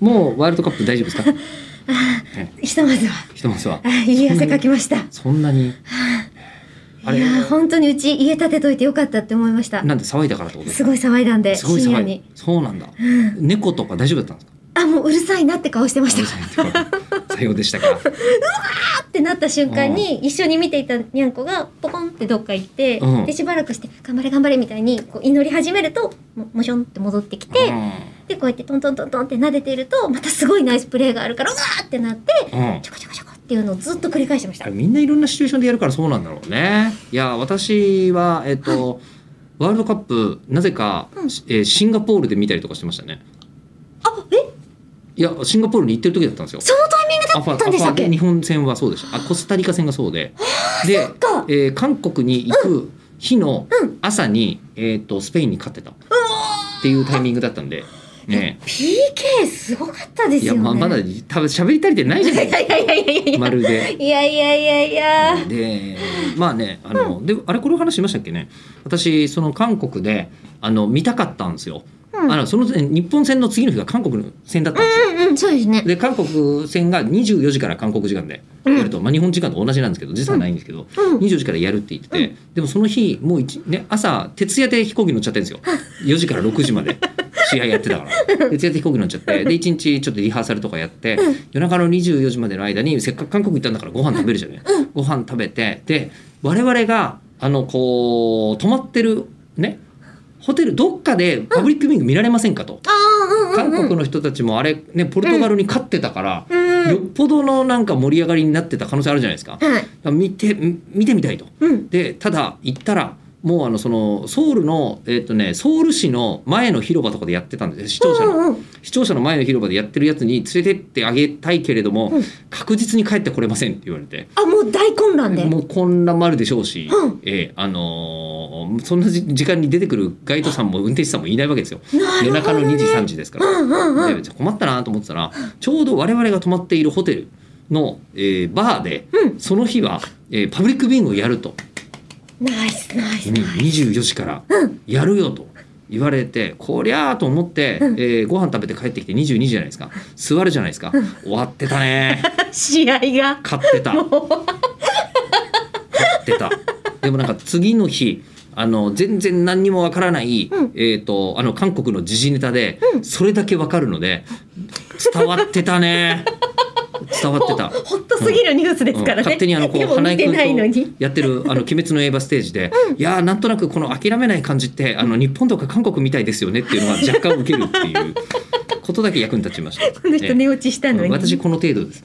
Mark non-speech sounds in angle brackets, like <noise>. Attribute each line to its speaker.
Speaker 1: もうワールドカップ大丈夫
Speaker 2: <laughs>
Speaker 1: ですかえ
Speaker 2: ひとまずは
Speaker 1: ひとまずは
Speaker 2: あいい汗かきま
Speaker 1: <laughs>
Speaker 2: した
Speaker 1: そんなにあ
Speaker 2: い
Speaker 1: れ
Speaker 2: やー本当にうち家建てといてよかったって思いました
Speaker 1: なんで騒いだからってことです
Speaker 2: す
Speaker 1: か
Speaker 2: ごい騒いだんで深夜
Speaker 1: 騒
Speaker 2: に
Speaker 1: いそうなんだ
Speaker 2: うん
Speaker 1: 猫とか大丈夫だったんですか
Speaker 2: あもううるさいなって顔してました
Speaker 1: あのさようでした
Speaker 2: <laughs>
Speaker 1: か
Speaker 2: ってなった瞬間に一緒に見ていたにゃんこがポコンってどっか行って、
Speaker 1: うん
Speaker 2: でしばらくして「頑張れ頑張れ」みたいにこう祈り始めるとももしょんって戻ってきて、でこうやってトントントントンって撫でているとまたすごいナイスプレーがあるからうわーってなって
Speaker 1: うん、うん
Speaker 2: ちょこちょこちょこっていうのをずっと繰り返してました
Speaker 1: あれみんないろんなシチュエーションでやるからそうなんだろうね。いや私はえっと、ワールドカップなぜか、
Speaker 2: うん
Speaker 1: えーシンガポールで見たりとかしてましたね。
Speaker 2: あえ
Speaker 1: いやシンガポールに行ってる時だったんですよ。
Speaker 2: そのタイミングだ
Speaker 1: アファ
Speaker 2: ったんでしたっ
Speaker 1: アファ
Speaker 2: け
Speaker 1: 日本戦はそうでした。あコスタリカ戦がそうで。で
Speaker 2: っか、
Speaker 1: えー韓国に行く日の
Speaker 2: うん
Speaker 1: 朝に、えっとスペインに勝ってたっていうタイミングだったんで。ね、
Speaker 2: PK すごかったで
Speaker 1: い
Speaker 2: す
Speaker 1: や
Speaker 2: よね
Speaker 1: まあまだ多分喋り足りてないじゃない
Speaker 2: い
Speaker 1: です
Speaker 2: やいやいやいやい
Speaker 1: か。
Speaker 2: や
Speaker 1: まるで。
Speaker 2: いやいやいやいや
Speaker 1: でまあねあの、であれこれお話ししましたっけね私その韓国であの見たかったんですよ、
Speaker 2: うん
Speaker 1: あのその前日本戦の次の日が韓国の戦だったんですよ、
Speaker 2: うんうんそうですね
Speaker 1: で韓国戦が24時から韓国時間でやると、まあ、日本時間と同じなんですけど時差はないんですけど、
Speaker 2: うん
Speaker 1: 24時からやるって言ってて、でもその日もう一、ね、朝徹夜で飛行機乗っちゃってるんですよ4時から6時まで試合やってたから徹夜で飛行機乗っちゃってで1日ちょっとリハーサルとかやって、夜中の24時までの間にせっかく韓国行ったんだからご飯食べるじゃない、ご飯食べてで我々があのこう泊まってるねホテルどっかでパブリックビューイング見られませんかと、
Speaker 2: ああうん
Speaker 1: 韓
Speaker 2: うんうん
Speaker 1: 国の人たちもあれねポルトガルに勝ってたから、
Speaker 2: うん
Speaker 1: よっぽどのなんか盛り上がりになってた可能性あるじゃないですか。
Speaker 2: はい
Speaker 1: 見てみ見てみたいと。
Speaker 2: うん
Speaker 1: でただ行ったらもうあのそのソウルのえっとねソウル市の前の広場とかでやってたんですよ視聴者の。
Speaker 2: うんうん
Speaker 1: 視聴者の前の広場でやってるやつに連れてってあげたいけれども、
Speaker 2: うん
Speaker 1: 確実に帰ってこれませんって言われて。
Speaker 2: あもう大混乱で
Speaker 1: もう混乱もあるでしょうし、
Speaker 2: うん
Speaker 1: ええあのーそんな時時間に出てくるガイドさんも運転手さんもいないわけですよ
Speaker 2: な
Speaker 1: 夜
Speaker 2: る
Speaker 1: 中
Speaker 2: ほど
Speaker 1: の
Speaker 2: ね
Speaker 1: 2時3時ですから、
Speaker 2: うんうんうん
Speaker 1: で困ったなと思ってたらちょうど我々が泊まっているホテルの、えーバーで、
Speaker 2: うん
Speaker 1: その日は、えーパブリックビューイングをやると、
Speaker 2: ナイスナイス
Speaker 1: うん24時からやるよと言われて、こりゃーと思って、
Speaker 2: うん
Speaker 1: えーご飯食べて帰ってきて22時じゃないですか座るじゃないですか、終わってたね
Speaker 2: 試合が
Speaker 1: 買って
Speaker 2: <laughs>
Speaker 1: た買ってたでもなんか次の日あの全然何にもわからない、
Speaker 2: うん
Speaker 1: えっ、とあの韓国の時事ネタで、
Speaker 2: うん
Speaker 1: それだけわかるので伝わってたね伝わってた
Speaker 2: ほっとすぎるニュースですか
Speaker 1: うん
Speaker 2: らね、
Speaker 1: 勝手にあのこ
Speaker 2: で
Speaker 1: う
Speaker 2: も
Speaker 1: 花
Speaker 2: 見
Speaker 1: 井
Speaker 2: てないの
Speaker 1: 君
Speaker 2: に
Speaker 1: とやってる
Speaker 2: <laughs>
Speaker 1: 「あの鬼滅の刃」ステージで、いやーなんとなくこの諦めない感じってあの日本とか韓国みたいですよねっていうのが若干受けるっていうことだけ役に立ちました
Speaker 2: <laughs> この人
Speaker 1: え
Speaker 2: 寝落ちしたの
Speaker 1: え
Speaker 2: に
Speaker 1: 私この程度です